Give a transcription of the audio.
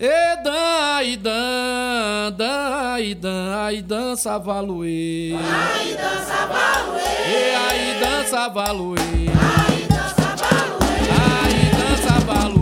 E dan, dan, dan, aí dança valuê. Ai, dança valuê, E aí dança valuê. ai, dança valuê. Aí dança valuê.